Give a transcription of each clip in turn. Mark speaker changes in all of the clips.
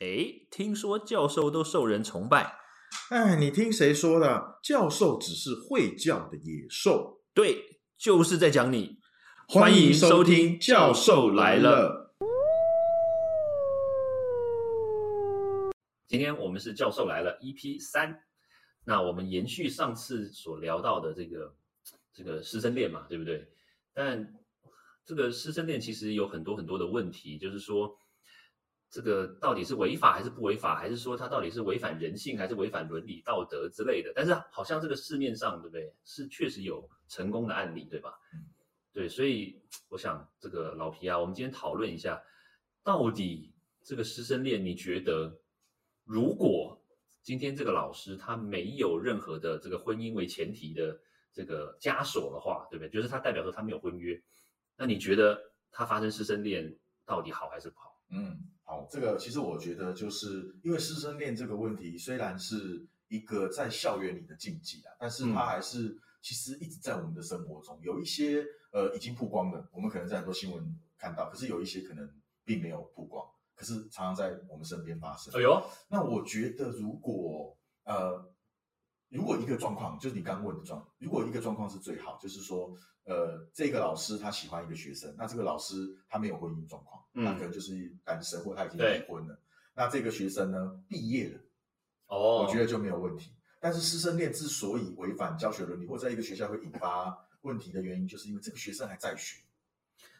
Speaker 1: 诶，听说教授都受人崇拜，
Speaker 2: 哎，你听谁说的？教授只是会叫的野兽。
Speaker 1: 对，就是在讲你。
Speaker 2: 欢
Speaker 1: 迎
Speaker 2: 迎
Speaker 1: 收
Speaker 2: 收
Speaker 1: 听
Speaker 2: 听
Speaker 1: 《
Speaker 2: 《
Speaker 1: 教
Speaker 2: 教
Speaker 1: 授
Speaker 2: 授
Speaker 1: 来
Speaker 2: 来
Speaker 1: 了
Speaker 2: 了》。
Speaker 1: 今天我们是教授来了 EP 三，那我们延续上次所聊到的这个这个师生恋嘛，对不对？但这个师生恋其实有很多很多的问题，就是说这个到底是违法还是不违法，还是说它到底是违反人性还是违反伦理道德之类的？但是好像这个市面上，对不对？是确实有成功的案例，对吧？对，所以我想这个老皮啊，我们今天讨论一下，到底这个师生恋，你觉得如果今天这个老师他没有任何的这个婚姻为前提的这个枷锁的话，对不对？就是他代表说他没有婚约，那你觉得他发生师生恋到底好还是不好？
Speaker 2: 嗯，
Speaker 3: 好，这个其实我觉得就是因为师生恋这个问题，虽然是一个在校园里的禁忌啊，但是
Speaker 1: 嗯
Speaker 3: 它还是、其实一直在我们的生活中有一些呃已经曝光的，我们可能在很多新闻看到，可是有一些可能并没有曝光，可是常常在我们身边发生。
Speaker 1: 哎呦，
Speaker 3: 那我觉得，如果呃，如果一个状况，就是你刚问的状，如果一个状况是最好，就是说，呃，这个老师他喜欢一个学生，那这个老师他没有婚姻状况，那
Speaker 1: 嗯
Speaker 3: 可能就是单身或他已经
Speaker 1: 对
Speaker 3: 离婚了。那这个学生呢，毕业了，
Speaker 1: 哦，
Speaker 3: 我觉得就没有问题。但是师生恋之所以违反教学伦理，或在一个学校会引发问题的原因，就是因为这个学生还在学。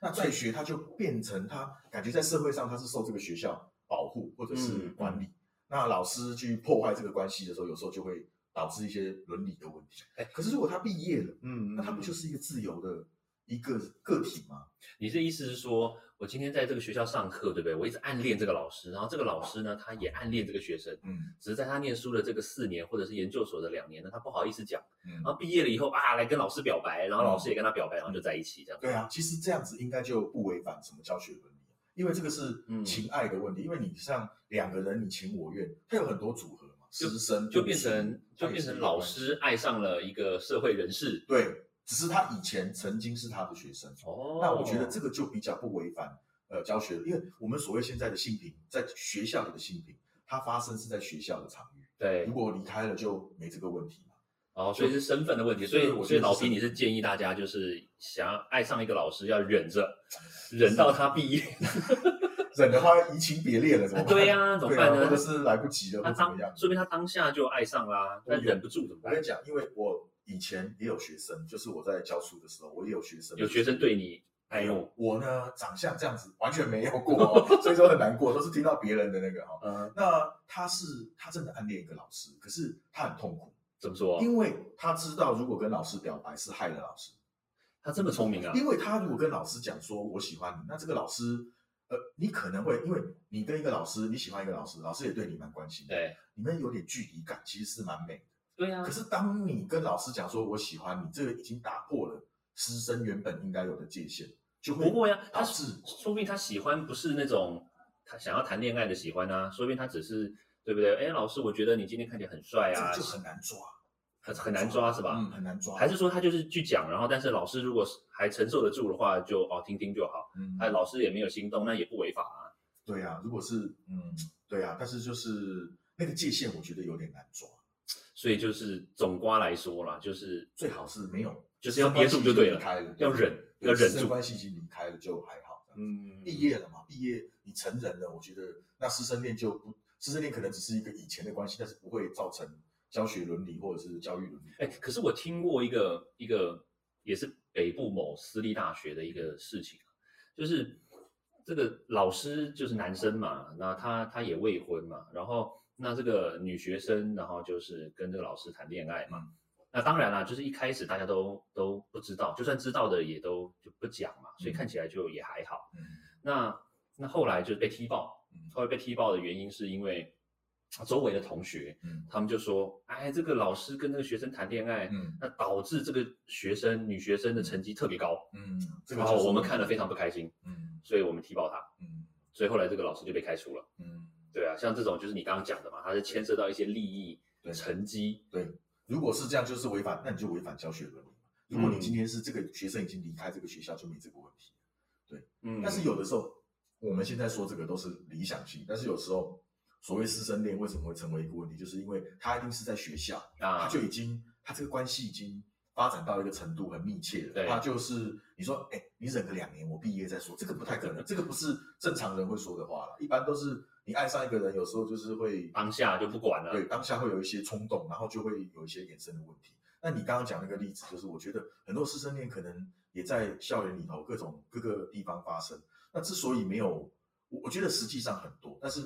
Speaker 3: 那在学，他就变成他感觉在社会上他是受这个学校保护或者是
Speaker 1: 嗯
Speaker 3: 管理。那老师去破坏这个关系的时候，有时候就会导致一些伦理的问题。
Speaker 1: 哎
Speaker 3: 可是如果他毕业了，
Speaker 2: 嗯
Speaker 3: 那他不就是一个自由的一个个体吗？
Speaker 1: 你这意思是说，我今天在这个学校上课，对不对？我一直暗恋这个老师，然后这个老师呢，他也暗恋这个学生，
Speaker 3: 嗯
Speaker 1: 只是在他念书的这个四年或者是研究所的两年呢，他不好意思讲。然后
Speaker 3: 嗯，
Speaker 1: 毕业了以后啊，来跟老师表白，然后老师也跟他表白，然后就在一起这样。
Speaker 3: 对啊，其实这样子应该就不违反什么教学伦理，啊因为这个是
Speaker 1: 嗯
Speaker 3: 情爱的问题。因为你像两个人你情我愿，他有很多组合嘛，
Speaker 1: 就
Speaker 3: 师生
Speaker 1: 就
Speaker 3: 父
Speaker 1: 变
Speaker 3: 亲
Speaker 1: 成就
Speaker 3: 他也
Speaker 1: 变
Speaker 3: 是
Speaker 1: 成
Speaker 3: 一个
Speaker 1: 老
Speaker 3: 关系
Speaker 1: 师爱上了一个社会人士。
Speaker 3: 对，只是他以前曾经是他的学生。
Speaker 1: 哦，
Speaker 3: 那我觉得这个就比较不违反呃教学，因为我们所谓现在的性平，在学校里的性平，它发生是在学校的场域，
Speaker 1: 对
Speaker 3: 如，果离开了就没这个问题嘛。
Speaker 1: 哦，所以是身份的问题。所以
Speaker 3: 对我觉得
Speaker 1: 所以
Speaker 3: 是
Speaker 1: 老皮，
Speaker 3: 身
Speaker 1: 你是建议大家就是想要爱上一个老师，要忍着，忍到他毕业。
Speaker 3: 忍的话移情别恋了怎么办？
Speaker 1: 对呀怎么办呢
Speaker 3: 对啊或者是来不及了，
Speaker 1: 他
Speaker 3: 或怎么
Speaker 1: 当
Speaker 3: 样？
Speaker 1: 说明他当下就爱上啦，
Speaker 3: 我有
Speaker 1: 但忍不住怎么
Speaker 3: 我跟
Speaker 1: 办？
Speaker 3: 你讲，因为我以前也有学生，就是我在教书的时候，我也有学生，
Speaker 1: 有学生对你爱
Speaker 3: 没
Speaker 1: 慕
Speaker 3: 有，，我呢长相这样子完全没有过、哦， 所以说很难过，都是听到别人的那个哈、哦。
Speaker 1: 嗯，
Speaker 3: 那他是他真的暗恋一个老师，可是他很痛苦，
Speaker 1: 怎么说？
Speaker 3: 因为他知道如果跟老师表白是害了老师，
Speaker 1: 他这么聪明啊！
Speaker 3: 因为他如果跟老师讲说我喜欢你，那这个老师，呃，你可能会因为你跟一个老师，你喜欢一个老师，老师也对你蛮关心的，
Speaker 1: 对
Speaker 3: 你们有点距离感，其实是蛮美的。
Speaker 1: 对啊
Speaker 3: 可，是当你跟老师讲说我喜欢你，这个已经打破了师生原本应该有的界限，就会
Speaker 1: 不过呀，他
Speaker 3: 导
Speaker 1: 是
Speaker 3: 致
Speaker 1: 说不定他喜欢不是那种他想要谈恋爱的喜欢啊，说不定他只是对不对？哎，老师，我觉得你今天看起来很帅
Speaker 3: 这
Speaker 1: 啊
Speaker 3: 个，就很难抓，
Speaker 1: 很很难抓是吧？
Speaker 3: 嗯，很难抓。
Speaker 1: 还是说他就是去讲，然后但是老师如果是还承受得住的话，就哦听听就好。
Speaker 3: 嗯
Speaker 1: 哎，老师也没有心动，那也不违法啊。
Speaker 3: 对啊，如果是嗯，对啊，但是就是那个界限，我觉得有点难抓，
Speaker 1: 所以就是总瓜来说啦，就是
Speaker 3: 最好是没有，
Speaker 1: 就是要憋住就对了
Speaker 3: 离开了，
Speaker 1: 要忍
Speaker 3: 对
Speaker 1: 要忍
Speaker 3: 师
Speaker 1: 住
Speaker 3: 生关系已经离开了就还好。
Speaker 2: 嗯
Speaker 3: 毕业了嘛，毕业你成人了，我觉得那师生恋就不，师生恋可能只是一个以前的关系，但是不会造成教学伦理或者是教育伦理。
Speaker 1: 哎，可是我听过一个一个也是北部某私立大学的一个事情，啊就是这个老师就是男生嘛，那他他也未婚嘛，然后那这个女学生，然后就是跟这个老师谈恋爱嘛。那当然啦，就是一开始大家都都不知道，就算知道的也都就不讲嘛，所以看起来就也还好。
Speaker 3: 嗯
Speaker 1: 那那后来就被踢爆，
Speaker 3: 嗯
Speaker 1: 后来被踢爆的原因是因为周围的同学，
Speaker 3: 嗯
Speaker 1: 他们就说，哎，这个老师跟那个学生谈恋爱，
Speaker 3: 嗯
Speaker 1: 那导致这个学生女学生的成绩特别高，
Speaker 3: 嗯，这个
Speaker 1: 然
Speaker 3: 就
Speaker 1: 后
Speaker 3: 是
Speaker 1: 我们看了非常不开心，
Speaker 3: 嗯
Speaker 1: 所以我们踢爆他，
Speaker 3: 嗯
Speaker 1: 所以后来这个老师就被开除了。
Speaker 3: 嗯，
Speaker 1: 对啊，像这种就是你刚刚讲的嘛，它是牵涉到一些利益、
Speaker 3: 对
Speaker 1: 成绩，
Speaker 3: 如果是这样，就是违反，那你就违反教学伦理。如果
Speaker 1: 嗯
Speaker 3: 你今天是这个学生已经离开这个学校，就没这个问
Speaker 1: 嗯
Speaker 3: 题。嗯但是有的时候，我们现在说这个都是理想性，但是有时候所谓师生恋为什么会成为一个问题，就是因为他一定是在学校，他
Speaker 1: 啊，
Speaker 3: 就已经他这个关系已经发展到一个程度很密切了。
Speaker 1: 对
Speaker 3: 他就是你说，哎、你忍个两年，我毕业再说，这个不太 可能，这个不是正常人会说的话了。一般都是你爱上一个人，有时候就是会
Speaker 1: 当下就不管了
Speaker 3: 对，当下会有一些冲动，然后就会有一些衍生的问题。那你刚刚讲那个例子，就是我觉得很多师生恋可能也在校园里头各种各个地方发生。那之所以没有，我我觉得实际上很多，但是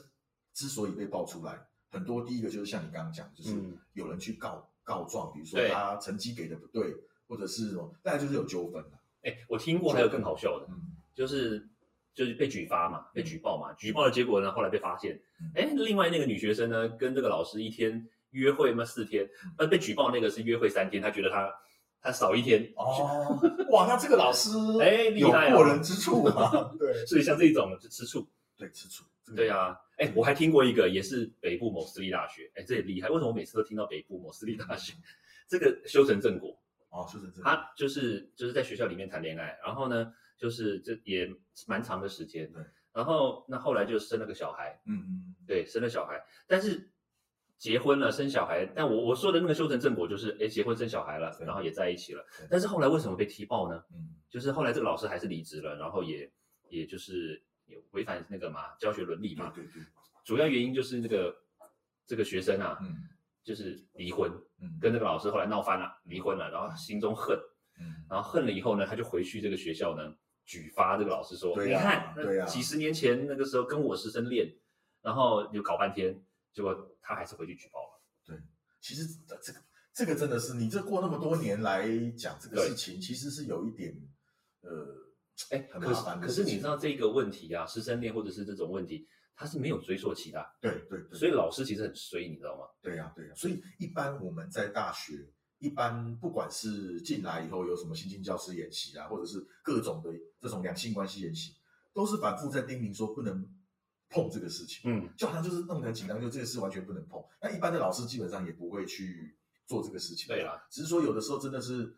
Speaker 3: 之所以被爆出来，很多第一个就是像你刚刚讲，就是
Speaker 1: 嗯
Speaker 3: 有人去告告状，比如说
Speaker 1: 对
Speaker 3: 他成绩给的不对，或者是什么，大概就是有纠纷了。
Speaker 1: 哎、我听过还有更好笑的，
Speaker 3: 嗯，
Speaker 1: 就是就是被举发嘛，被举报嘛，举报的结果呢，后来被发现
Speaker 3: 嗯，
Speaker 1: 哎，另外那个女学生呢，跟这个老师一天约会嘛四天，
Speaker 3: 嗯
Speaker 1: 那被举报那个是约会三天，她觉得她她少一天，
Speaker 3: 哦，哇，那这个老师
Speaker 1: 哎厉
Speaker 3: 有
Speaker 1: 害啊
Speaker 3: 过人之处 嘛？对
Speaker 1: 所以像这种就吃醋。
Speaker 3: 对，吃醋。这个
Speaker 1: 对啊，哎，我还听过一个也是北部某私立大学，哎，这也厉害，为什么我每次都听到北部某私立大学？ 这个修成正果，
Speaker 3: 哦，修成正果
Speaker 1: 他就是就是在学校里面谈恋爱，然后呢，就是这也蛮长的时间
Speaker 3: 对，
Speaker 1: 然后那后来就生了个小孩，
Speaker 3: 嗯嗯，
Speaker 1: 对，生了小孩，但是结婚了，生小孩。但我我说的那个修成正果就是，哎，结婚生小孩了，
Speaker 3: 对
Speaker 1: 然后也在一起了
Speaker 3: 对。
Speaker 1: 但是后来为什么被踢爆呢？
Speaker 3: 嗯
Speaker 1: 就是后来这个老师还是离职了，然后也也就是也违反那个嘛教学伦理
Speaker 3: 对
Speaker 1: 嘛。
Speaker 3: 嗯对对，
Speaker 1: 主要原因就是那个这个学生啊，
Speaker 3: 嗯
Speaker 1: 就是离婚，
Speaker 3: 嗯，
Speaker 1: 跟那个老师后来闹翻了，离婚了，然后心中恨，
Speaker 3: 嗯
Speaker 1: 然后恨了以后呢，他就回去这个学校呢，举发这个老师说，
Speaker 3: 对
Speaker 1: 你
Speaker 3: 呀
Speaker 1: 看，
Speaker 3: 对呀
Speaker 1: 那几十年前那个时候跟我师生恋，然后就搞半天，结果他还是回去举报了。
Speaker 3: 其实呃这个这个真的是你这过那么多年来讲这个事情，其实是有一点呃，
Speaker 1: 哎，
Speaker 3: 很
Speaker 1: 可
Speaker 3: 麻烦
Speaker 1: 是
Speaker 3: 的
Speaker 1: 可是
Speaker 3: 事
Speaker 1: 你
Speaker 3: 情
Speaker 1: 知道这个问题啊，师生恋或者是这种问题，他是没有追溯期的啊，
Speaker 3: 对对对，
Speaker 1: 所以老师其实很衰，你知道吗？
Speaker 3: 对呀、对呀、所以一般我们在大学，一般不管是进来以后有什么新进教师研习啊，或者是各种的这种两性关系研习，都是反复在叮咛说不能碰这个事情。
Speaker 1: 嗯，
Speaker 3: 就好像就是弄得很紧张，就这个事完全不能碰。那一般的老师基本上也不会去做这个事情。
Speaker 1: 对啊啦，
Speaker 3: 只是说有的时候真的是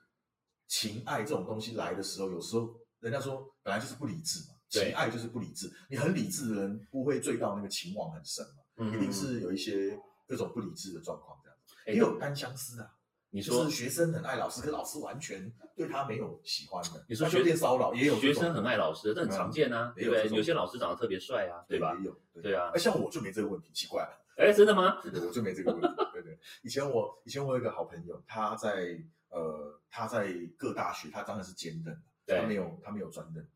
Speaker 3: 情爱这种东西来的时候，有时候人家说本来就是不理智嘛，
Speaker 1: 对
Speaker 3: 情爱就是不理智。你很理智的人不会坠到那个情网很深嘛，
Speaker 1: 嗯
Speaker 3: 一定是有一些各种不理智的状况这样。
Speaker 1: 哎
Speaker 3: 也有单相思啊，
Speaker 1: 你
Speaker 3: 就
Speaker 1: 说
Speaker 3: 是学生很爱老师，可老师完全对他没有喜欢的，
Speaker 1: 你说
Speaker 3: 那就
Speaker 1: 学
Speaker 3: 变骚扰也有
Speaker 1: 哦学
Speaker 3: 这种嗯
Speaker 1: 生很爱老师，这很常见啊，
Speaker 3: 也
Speaker 1: 对
Speaker 3: 有
Speaker 1: 不
Speaker 3: 这
Speaker 1: 对？
Speaker 3: 种
Speaker 1: 有些老师长得特别帅啊，对吧？
Speaker 3: 也有
Speaker 1: 对啊
Speaker 3: 哎像我就没这个问题，奇怪了。啊
Speaker 1: 哎，真的吗？
Speaker 3: 对对，我就没这个问题。对对，以前我以前我有一个好朋友，他在呃他在各大学，他当然是兼任的，他
Speaker 1: 对，
Speaker 3: 没有他没有专任，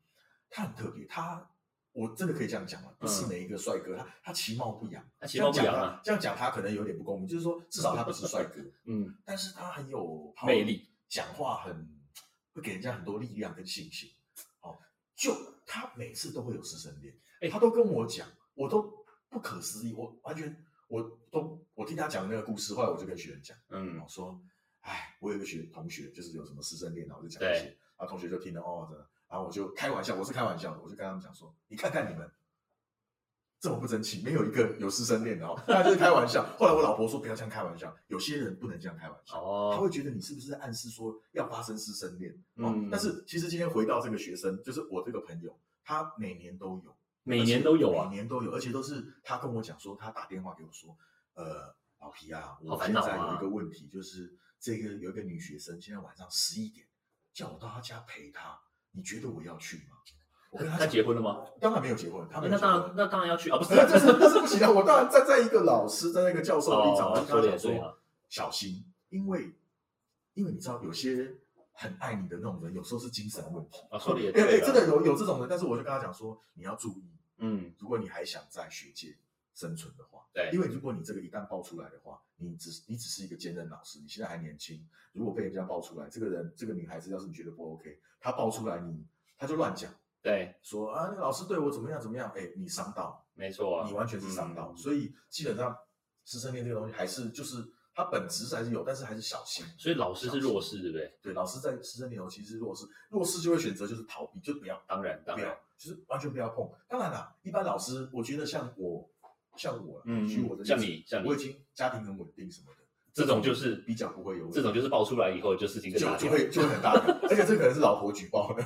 Speaker 3: 他很特别，他我真的可以这样讲啊，不是每一个帅哥，他他其貌不扬，
Speaker 1: 嗯他其貌不扬
Speaker 3: 这样讲
Speaker 1: 啊
Speaker 3: 他，这样讲他可能有点不公平，就是说至少他不是帅哥，
Speaker 1: 嗯，
Speaker 3: 但是他很有
Speaker 1: 魅力，
Speaker 3: 讲话很会给人家很多力量跟信心。哦，就他每次都会有师生恋，
Speaker 1: 哎
Speaker 3: 他都跟我讲，我都不可思议，我完全我都我听他讲那个故事，后来我就跟学员讲，
Speaker 1: 嗯
Speaker 3: 我哦说，哎，我有一个学同学就是有什么师生恋，然后啊我就讲这些，然后同学就听了哦，真的，然后我就开玩笑，我是开玩笑的，我就跟他们讲说，你看看你们。这么不争气，没有一个有师生恋的哦，大家就是开玩笑。后来我老婆说不要这样开玩笑，有些人不能这样开玩笑。他
Speaker 1: 哦，
Speaker 3: 会觉得你是不是在暗示说要发生师生恋？哦
Speaker 1: 嗯
Speaker 3: 但是其实今天回到这个学生，就是我这个朋友，他每年都有，
Speaker 1: 每年都有啊
Speaker 3: 每，年都有，而且都是他跟我讲说，他打电话给我说，呃，老皮啊，
Speaker 1: 好
Speaker 3: 我
Speaker 1: 烦
Speaker 3: 现
Speaker 1: 恼
Speaker 3: 在
Speaker 1: 啊
Speaker 3: 有一个问题，就是这个有一个女学生，现在晚上十一点叫我到她家陪她，你觉得我要去吗？我跟她
Speaker 1: 他
Speaker 3: 讲
Speaker 1: 结婚了吗？
Speaker 3: 当然没有结婚，他没有
Speaker 1: 那
Speaker 3: 结
Speaker 1: 当然
Speaker 3: 婚。
Speaker 1: 那当然要去啊，不是
Speaker 3: 那 这是这是不行的。我当然站在一个老师，站在一个教授的立场，我
Speaker 1: 哦
Speaker 3: 就
Speaker 1: 说
Speaker 3: 跟他讲
Speaker 1: 得也对
Speaker 3: 说
Speaker 1: 啊
Speaker 3: 小心，因为因为你知道有些很爱你的那种人，有时候是精神问题。
Speaker 1: 啊，说的也
Speaker 3: 哎哎
Speaker 1: 对，
Speaker 3: 真的，有有这种人，但是我就跟他讲说，你要注意，
Speaker 1: 嗯，
Speaker 3: 如果你还想在学界生存的话，
Speaker 1: 对，
Speaker 3: 因
Speaker 1: 为
Speaker 3: 为如果你这个一旦爆出来的话，你只你只是一个兼任老师，你现在还年轻，如果被人家爆出来，这个人这个女孩子要是你觉得不 OK，她爆出来你她就乱讲
Speaker 1: 对，
Speaker 3: 说啊，那个老师对我怎么样怎么样，哎，你伤到，
Speaker 1: 没错啊，
Speaker 3: 你完全是伤到，
Speaker 1: 嗯
Speaker 3: 所以基本上师生恋这个东西还是就是它本质是还是有，但是还是小心。
Speaker 1: 所以老师是弱势，对不对？
Speaker 3: 对，老师在师生恋头其实是弱势，弱势就会选择就是逃避，就不要
Speaker 1: 当然，当
Speaker 3: 不要
Speaker 1: 然，，
Speaker 3: 就是完全不要碰。当然啦，一般老师我觉得像我像我啦，
Speaker 1: 嗯
Speaker 3: 举我的例子
Speaker 1: 像你像你
Speaker 3: 我已经家庭很稳定什么的，
Speaker 1: 这种就是
Speaker 3: 比较不会有问题
Speaker 1: 这种就是爆出来以后就事情
Speaker 3: 就
Speaker 1: 更大
Speaker 3: 就
Speaker 1: 条。
Speaker 3: 会就会 很大条，而且这可能是老婆举 报的，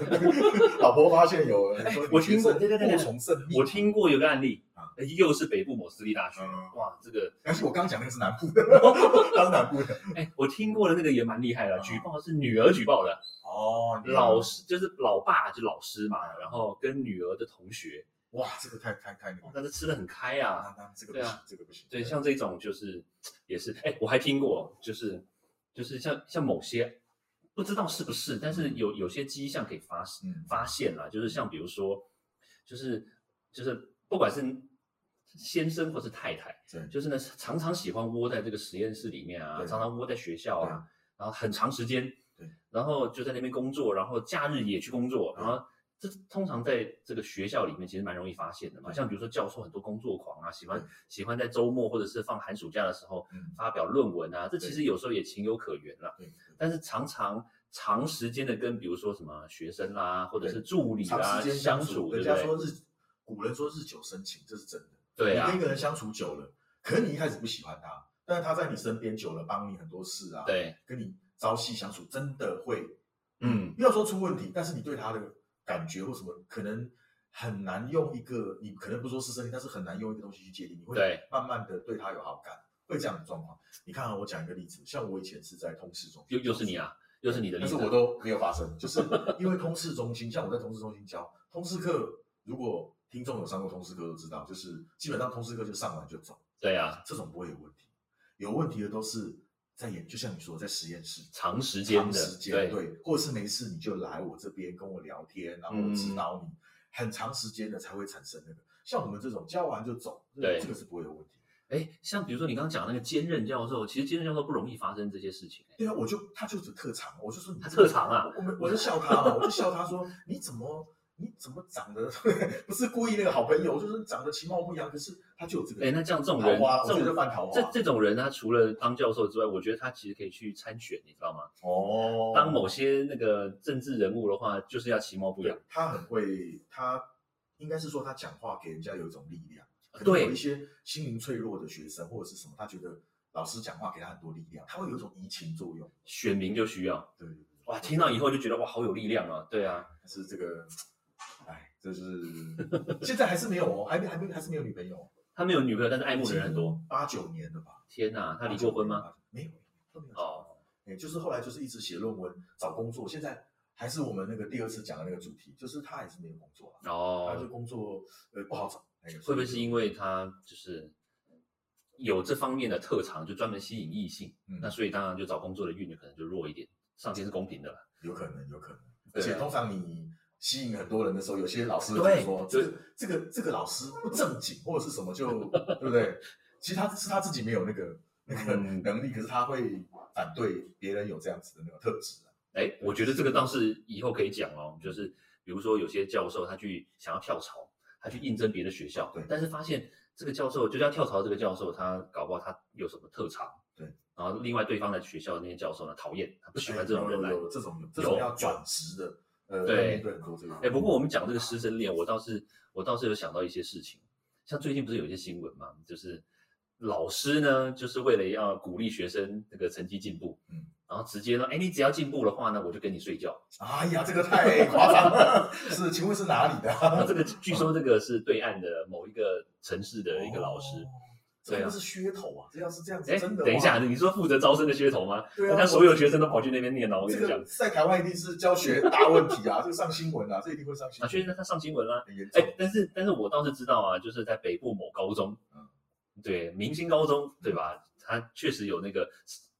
Speaker 3: 老婆发现有很多
Speaker 1: 我
Speaker 3: 女学
Speaker 1: 听过
Speaker 3: 生
Speaker 1: 对对对对
Speaker 3: 莫从甚密，
Speaker 1: 我听过有个案例
Speaker 3: 啊，
Speaker 1: 哎又是北部某私立大学，
Speaker 3: 嗯
Speaker 1: 哇，这个
Speaker 3: 而且我刚刚讲那个是南部的， 他是南部的。
Speaker 1: 哎，我听过的那个也蛮厉害的，
Speaker 3: 嗯
Speaker 1: 举报是女儿举报的，
Speaker 3: 哦，你
Speaker 1: 老师就是老爸就老师嘛，然后跟女儿的同学，
Speaker 3: 哇，这个太太太那个
Speaker 1: 哇，那这吃的很开
Speaker 3: 啊
Speaker 1: 啊。，
Speaker 3: 那这个不
Speaker 1: 对啊
Speaker 3: 行，这个不行。
Speaker 1: 对，像这种就是也是，哎，我还听过，就是就是像像某些不知道是不是，但是有有些迹象可以发现
Speaker 3: 嗯
Speaker 1: 发现啦，就是像比如说，就是就是不管是先生或是太太，
Speaker 3: 对
Speaker 1: 就是呢常常喜欢窝在这个实验室里面啊，
Speaker 3: 对
Speaker 1: 常常窝在学校啊，然后很长时间，
Speaker 3: 对，
Speaker 1: 然后就在那边工作，然后假日也去工作，
Speaker 3: 对
Speaker 1: 然后这通常在这个学校里面其实蛮容易发现的嘛，
Speaker 3: 对
Speaker 1: 像比如说教授很多工作狂啊，喜欢
Speaker 3: 对
Speaker 1: 喜欢在周末或者是放寒暑假的时候
Speaker 3: 嗯
Speaker 1: 发表论文啊，这
Speaker 3: 对
Speaker 1: 其实有时候也情有可原啦，
Speaker 3: 对，
Speaker 1: 但是常常。长时间的跟比如说什么学生啦、或者
Speaker 3: 对
Speaker 1: 是助理
Speaker 3: 长
Speaker 1: 啊
Speaker 3: 时间
Speaker 1: 相
Speaker 3: 处，
Speaker 1: 对不
Speaker 3: 人家
Speaker 1: 对
Speaker 3: 说？日，古人说日久生情，这是真的。
Speaker 1: 对啊
Speaker 3: 你跟一，个人相处久了，可能你一开始不喜欢他，但是他在你身边久了，帮你很多事啊，，
Speaker 1: 对，
Speaker 3: 跟你朝夕相处，真的会，
Speaker 1: 嗯，
Speaker 3: 不要说出问题，但是你对他的感觉或什么，可能很难用一个，你可能不说是生理，但是很难用一个东西去界定，你会
Speaker 1: 对
Speaker 3: 慢慢的对他有好感，会这样的状况。你看啊，我讲一个例子，像我以前是在通识中，
Speaker 1: 又又是你。啊，又是你的例
Speaker 3: 但
Speaker 1: 子
Speaker 3: 是
Speaker 1: 啊，
Speaker 3: 我都没有发生， 就是因为通识中心，像我在通识中心教通识课，如果听众有上过通识课都知道，就是基本上通识课就上完就走，
Speaker 1: 对啊，
Speaker 3: 这种不会有问题。有问题的都是在研，就像你说在实验室
Speaker 1: 长时间
Speaker 3: 长
Speaker 1: 的，
Speaker 3: 时间
Speaker 1: 对
Speaker 3: 对，或者是没事你就来我这边跟我聊天，然后我指导你，很长时间的才会产生那个。像我们这种教完就走，
Speaker 1: 对
Speaker 3: 这个是不会有问题。
Speaker 1: 哎，像比如说你刚刚讲那个兼任教授，其实兼任教授不容易发生这些事情。哎
Speaker 3: 对啊，我就他就是特长，我就说你
Speaker 1: 他
Speaker 3: 这个
Speaker 1: 特长啊，
Speaker 3: 我们我就笑他嘛，我就笑他说你怎么你怎么长得 不是故意那个好朋友，就是长得其貌不扬，可是他就有这个
Speaker 1: 哎，那这样这种
Speaker 3: 桃
Speaker 1: 人，
Speaker 3: 花，我
Speaker 1: 这
Speaker 3: 觉得
Speaker 1: 种
Speaker 3: 犯桃花
Speaker 1: 这这种人，他除了当教授之外，我觉得他其实可以去参选，你知道吗？
Speaker 3: 哦，
Speaker 1: 当某些那个政治人物的话，就是要其貌不扬
Speaker 3: 对。他很会，他应该是说他讲话给人家有一种力量，可能
Speaker 1: 对
Speaker 3: 有一些心灵脆弱的学生或者是什么，他觉得老师讲话给他很多力量，他会有一种移情作用，
Speaker 1: 选民就需要。
Speaker 3: 对对对，
Speaker 1: 哇，听到以后就觉得哇，好有力量啊！对啊，
Speaker 3: 但是这个。哎，这是现在还是没 有哦，还没还没还是没有女朋友哦。
Speaker 1: 他没有女朋友，但是爱慕的人很多。，
Speaker 3: 八九年了吧？
Speaker 1: 天哪，他离过婚吗？
Speaker 3: 八九年？没有，都没有。哦，
Speaker 1: 哦，
Speaker 3: 哎，就是后来就是一直写论文、找工作，现在还是我们那个第二次讲的那个主题，就是他也是没有工作了，他就
Speaker 1: 哦，
Speaker 3: 工作呃不好找。哎
Speaker 1: 会不会是因
Speaker 3: 为
Speaker 1: 为他就是有这方面的特长，就专门吸引异性？
Speaker 3: 嗯
Speaker 1: 那所以当然就找工作的运就可能就弱一点。上天是公平的啦，
Speaker 3: 有可能，有可能，
Speaker 1: 对
Speaker 3: 而
Speaker 1: 啊
Speaker 3: 且通常你。吸引很多人的时候，有些老师
Speaker 1: 对
Speaker 3: 就说这个这个这个老师不正经，或者是什么就 对不对？其实他是他自己没有那个那个
Speaker 1: 嗯
Speaker 3: 能力，可是他会反对别人有这样子的那个特质啊。
Speaker 1: 哎，我觉得这个倒是以后可以讲哦，
Speaker 3: 嗯
Speaker 1: 就是比如说有些教授他去想要跳槽，他去应征别的学校
Speaker 3: 对，
Speaker 1: 但是发现这个教授就叫跳槽，这个教授他搞不好他有什么特长，
Speaker 3: 对，
Speaker 1: 然后另外对方的学校的那些教授呢讨厌，他不喜
Speaker 3: 哎
Speaker 1: 欢这种
Speaker 3: 有
Speaker 1: 人来。
Speaker 3: 有有这种这种
Speaker 1: 有
Speaker 3: 要转职的，呃，
Speaker 1: 对
Speaker 3: 要面对很多这个。
Speaker 1: 哎，不过我们讲这个师生恋，我倒是我倒是有想到一些事情，像最近不是有一些新闻嘛，就是老师呢，就是为了要鼓励学生那个成绩进步，
Speaker 3: 嗯，
Speaker 1: 然后直接呢，哎，你只要进步的话呢，我就跟你睡觉。
Speaker 3: 哎呀，这个太夸张了。是，请问是哪里的
Speaker 1: 那
Speaker 3: 啊？
Speaker 1: 这个据说这个是对岸的某一个城市的一个老师。
Speaker 3: 哦，这
Speaker 1: 对啊
Speaker 3: 个是噱头啊！这要是这样子
Speaker 1: 哎、，
Speaker 3: 真的。
Speaker 1: 等一下，，你说负责招生的噱头吗？
Speaker 3: 对
Speaker 1: 我
Speaker 3: 啊，
Speaker 1: 看所有学生都跑去那边念了，我跟
Speaker 3: 这
Speaker 1: 你讲
Speaker 3: 个，在台湾一定是教学大问题啊！这个上新闻啊，这一定会上新
Speaker 1: 啊，确
Speaker 3: 闻，
Speaker 1: 实他上新闻啦、
Speaker 3: 很严
Speaker 1: 哎、
Speaker 3: 重。
Speaker 1: 但是但是我倒是知道啊，就是在北部某高中，
Speaker 3: 嗯
Speaker 1: 对，明星高中，对吧？他确实有那个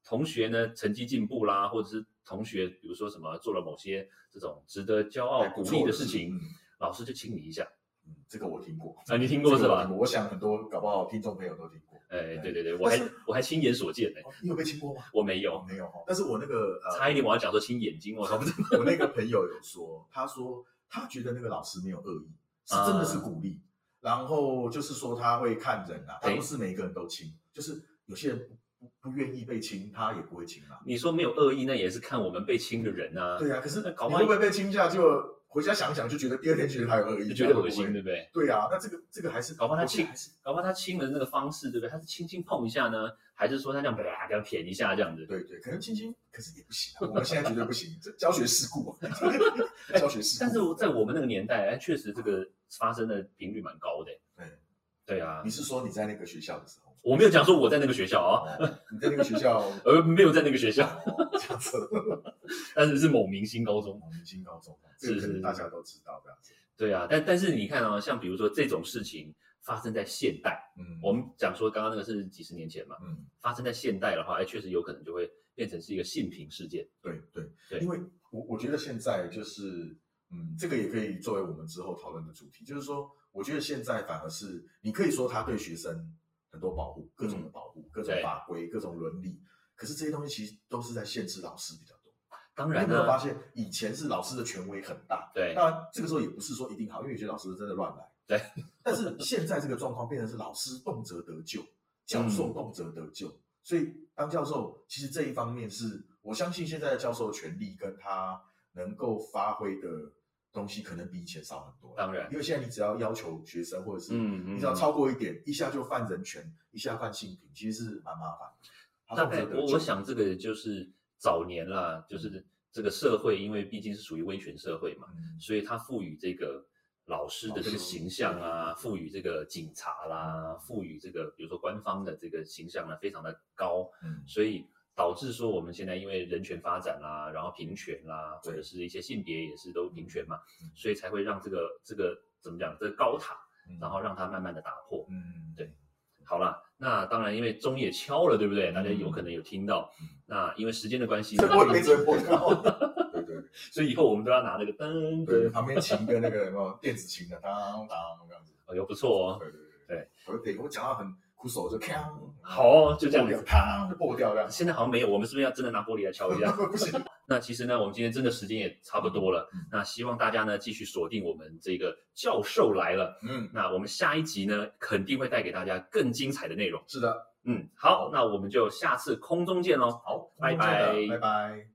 Speaker 1: 同学呢，成绩进步啦，或者是同学，比如说什么做了某些这种值得骄傲
Speaker 3: 还
Speaker 1: 哦鼓
Speaker 3: 不错
Speaker 1: 励的
Speaker 3: 哎的
Speaker 1: 事
Speaker 3: 事
Speaker 1: 情，
Speaker 3: 嗯
Speaker 1: 老师就亲你一下。
Speaker 3: 嗯，这个我听过，
Speaker 1: 啊，你听
Speaker 3: 听
Speaker 1: 过是吧？
Speaker 3: 我想很多搞不好听众朋友都听过。
Speaker 1: 哎，对对
Speaker 3: 对
Speaker 1: 对，我还
Speaker 3: 但是
Speaker 1: 我还亲眼所见呢、
Speaker 3: 哦你有被听过吗？
Speaker 1: 我没
Speaker 3: 哦
Speaker 1: 有，
Speaker 3: 没有哦但是我那个呃，
Speaker 1: 差一点我要讲说亲眼睛，我操，不是
Speaker 3: 我那个朋友有说，他说他觉得那个老师没有恶意，是真的
Speaker 1: 嗯
Speaker 3: 是鼓励。然后就是说他会看人啊，他
Speaker 1: 对
Speaker 3: 不是每个人都亲，就是有些人不不不愿意被亲，他也不会亲啊。
Speaker 1: 你说没有恶意，那也是看我们被亲的人啊，
Speaker 3: 对啊，可是
Speaker 1: 那搞
Speaker 3: 你
Speaker 1: 不好
Speaker 3: 会不会被亲下就回家想想就觉得第二天觉得他有恶意，
Speaker 1: 就觉得恶
Speaker 3: 会
Speaker 1: 心，
Speaker 3: 不
Speaker 1: 对
Speaker 3: 会。
Speaker 1: 不对？
Speaker 3: 对啊，那这个这个还是
Speaker 1: 搞不好他亲
Speaker 3: 还是
Speaker 1: 搞不好他亲的那个方式，对不对？他是轻轻碰一下呢，还是说他这样啪这样舔一下这样子？
Speaker 3: 对对，可能亲亲，可是也不行啊，我们现在绝对不行，这教学事故 啊，教学事故。
Speaker 1: 但是我在我们那个年代，哎，确实这个发生的频率蛮高的。
Speaker 3: 对
Speaker 1: 对啊
Speaker 3: 你，是说你在那个学校的时候？
Speaker 1: 我没有讲说我在那个学校啊，
Speaker 3: 哦你在那个学校
Speaker 1: 呃，没有在那个学校，
Speaker 3: 哦 这样子，
Speaker 1: 但是是某明星高中。
Speaker 3: 我们新高中，
Speaker 1: 是
Speaker 3: 这个可
Speaker 1: 是
Speaker 3: 能大家都知道这样子。
Speaker 1: 对啊，但但是你看啊，像比如说这种事情发生在现代，
Speaker 3: 嗯，
Speaker 1: 我们讲说刚刚那个是几十年前嘛，
Speaker 3: 嗯，
Speaker 1: 发生在现代的话，哎，确实有可能就会变成是一个性平事件。
Speaker 3: 对对
Speaker 1: 对
Speaker 3: 因为我我觉得现在就是，嗯，这个也可以作为我们之后讨论的主题，就是说，我觉得现在反而是你可以说他对学生很多保护，各种的保护，各种
Speaker 1: 嗯对
Speaker 3: 法规，各种伦理，可是这些东西其实都是在限制老师比较多。
Speaker 1: 当
Speaker 3: 你有
Speaker 1: 然啊
Speaker 3: 没有
Speaker 1: 呢、
Speaker 3: 发现，以前是老师的权威很大，
Speaker 1: 对
Speaker 3: 当然这个时候也不是说一定好，因为有些老师真的乱来。
Speaker 1: 对，
Speaker 3: 但是现在这个状况变成是老师动辄得咎，
Speaker 1: 嗯
Speaker 3: 教授动辄得咎，所以当教授其实这一方面是我相信现在的教授的权利跟他能够发挥的东西，可能比以前少很多。
Speaker 1: 当然
Speaker 3: 因为现在你只要要求学生或者是
Speaker 1: 呃嗯嗯
Speaker 3: 你只要超过一点，一下就犯人权，一下犯性平，其实是蛮麻烦的。他
Speaker 1: 大
Speaker 3: 动
Speaker 1: 概
Speaker 3: 辄得
Speaker 1: 我
Speaker 3: 咎
Speaker 1: 我想这个就是早年啦，就是这个社会，因为毕竟是属于威权社会嘛，
Speaker 3: 嗯
Speaker 1: 所以它赋予这个老师的这个
Speaker 3: 老师
Speaker 1: 形象啊，赋予这个警察啦，赋予这个比如说官方的这个形象呢，啊非常的高，
Speaker 3: 嗯
Speaker 1: 所以导致说我们现在因为人权发展啦，然后平权啦，或
Speaker 3: 对
Speaker 1: 者是一些性别也是都平权嘛
Speaker 3: 嗯，
Speaker 1: 所以才会让这个这个怎么讲这个高塔，
Speaker 3: 嗯
Speaker 1: 然后让它慢慢的打破。
Speaker 3: 嗯
Speaker 1: 对好啦，那当然因为钟也敲了，对不对？大家有可能有听到。
Speaker 3: 嗯
Speaker 1: 那因为时间的关系，
Speaker 3: 这我没准播到。对对对
Speaker 1: 所以以后我们都要拿那个噔
Speaker 3: 对，
Speaker 1: 噔，
Speaker 3: 旁边琴跟那个什 么电子琴的当当这样子。
Speaker 1: 哦，哟不错哦，
Speaker 3: 对对对
Speaker 1: 对，
Speaker 3: 我就得我讲到很苦手就锵，
Speaker 1: 好哦，就
Speaker 3: 就
Speaker 1: 这样
Speaker 3: 掉，
Speaker 1: 子。
Speaker 3: 啪就破掉这样。
Speaker 1: 现在好像没有，我们是不是要真的拿玻璃来敲一下？
Speaker 3: 不行，
Speaker 1: 那其实呢，我们今天真的时间也差不多了
Speaker 3: 嗯，
Speaker 1: 那希望大家呢继续锁定我们这个教授来了。
Speaker 3: 嗯，
Speaker 1: 那我们下一集呢，肯定会带给大家更精彩的内容。
Speaker 3: 是的，
Speaker 1: 嗯，好，那我们就下次空中见喽。
Speaker 3: 好，
Speaker 1: 拜拜
Speaker 3: 拜拜。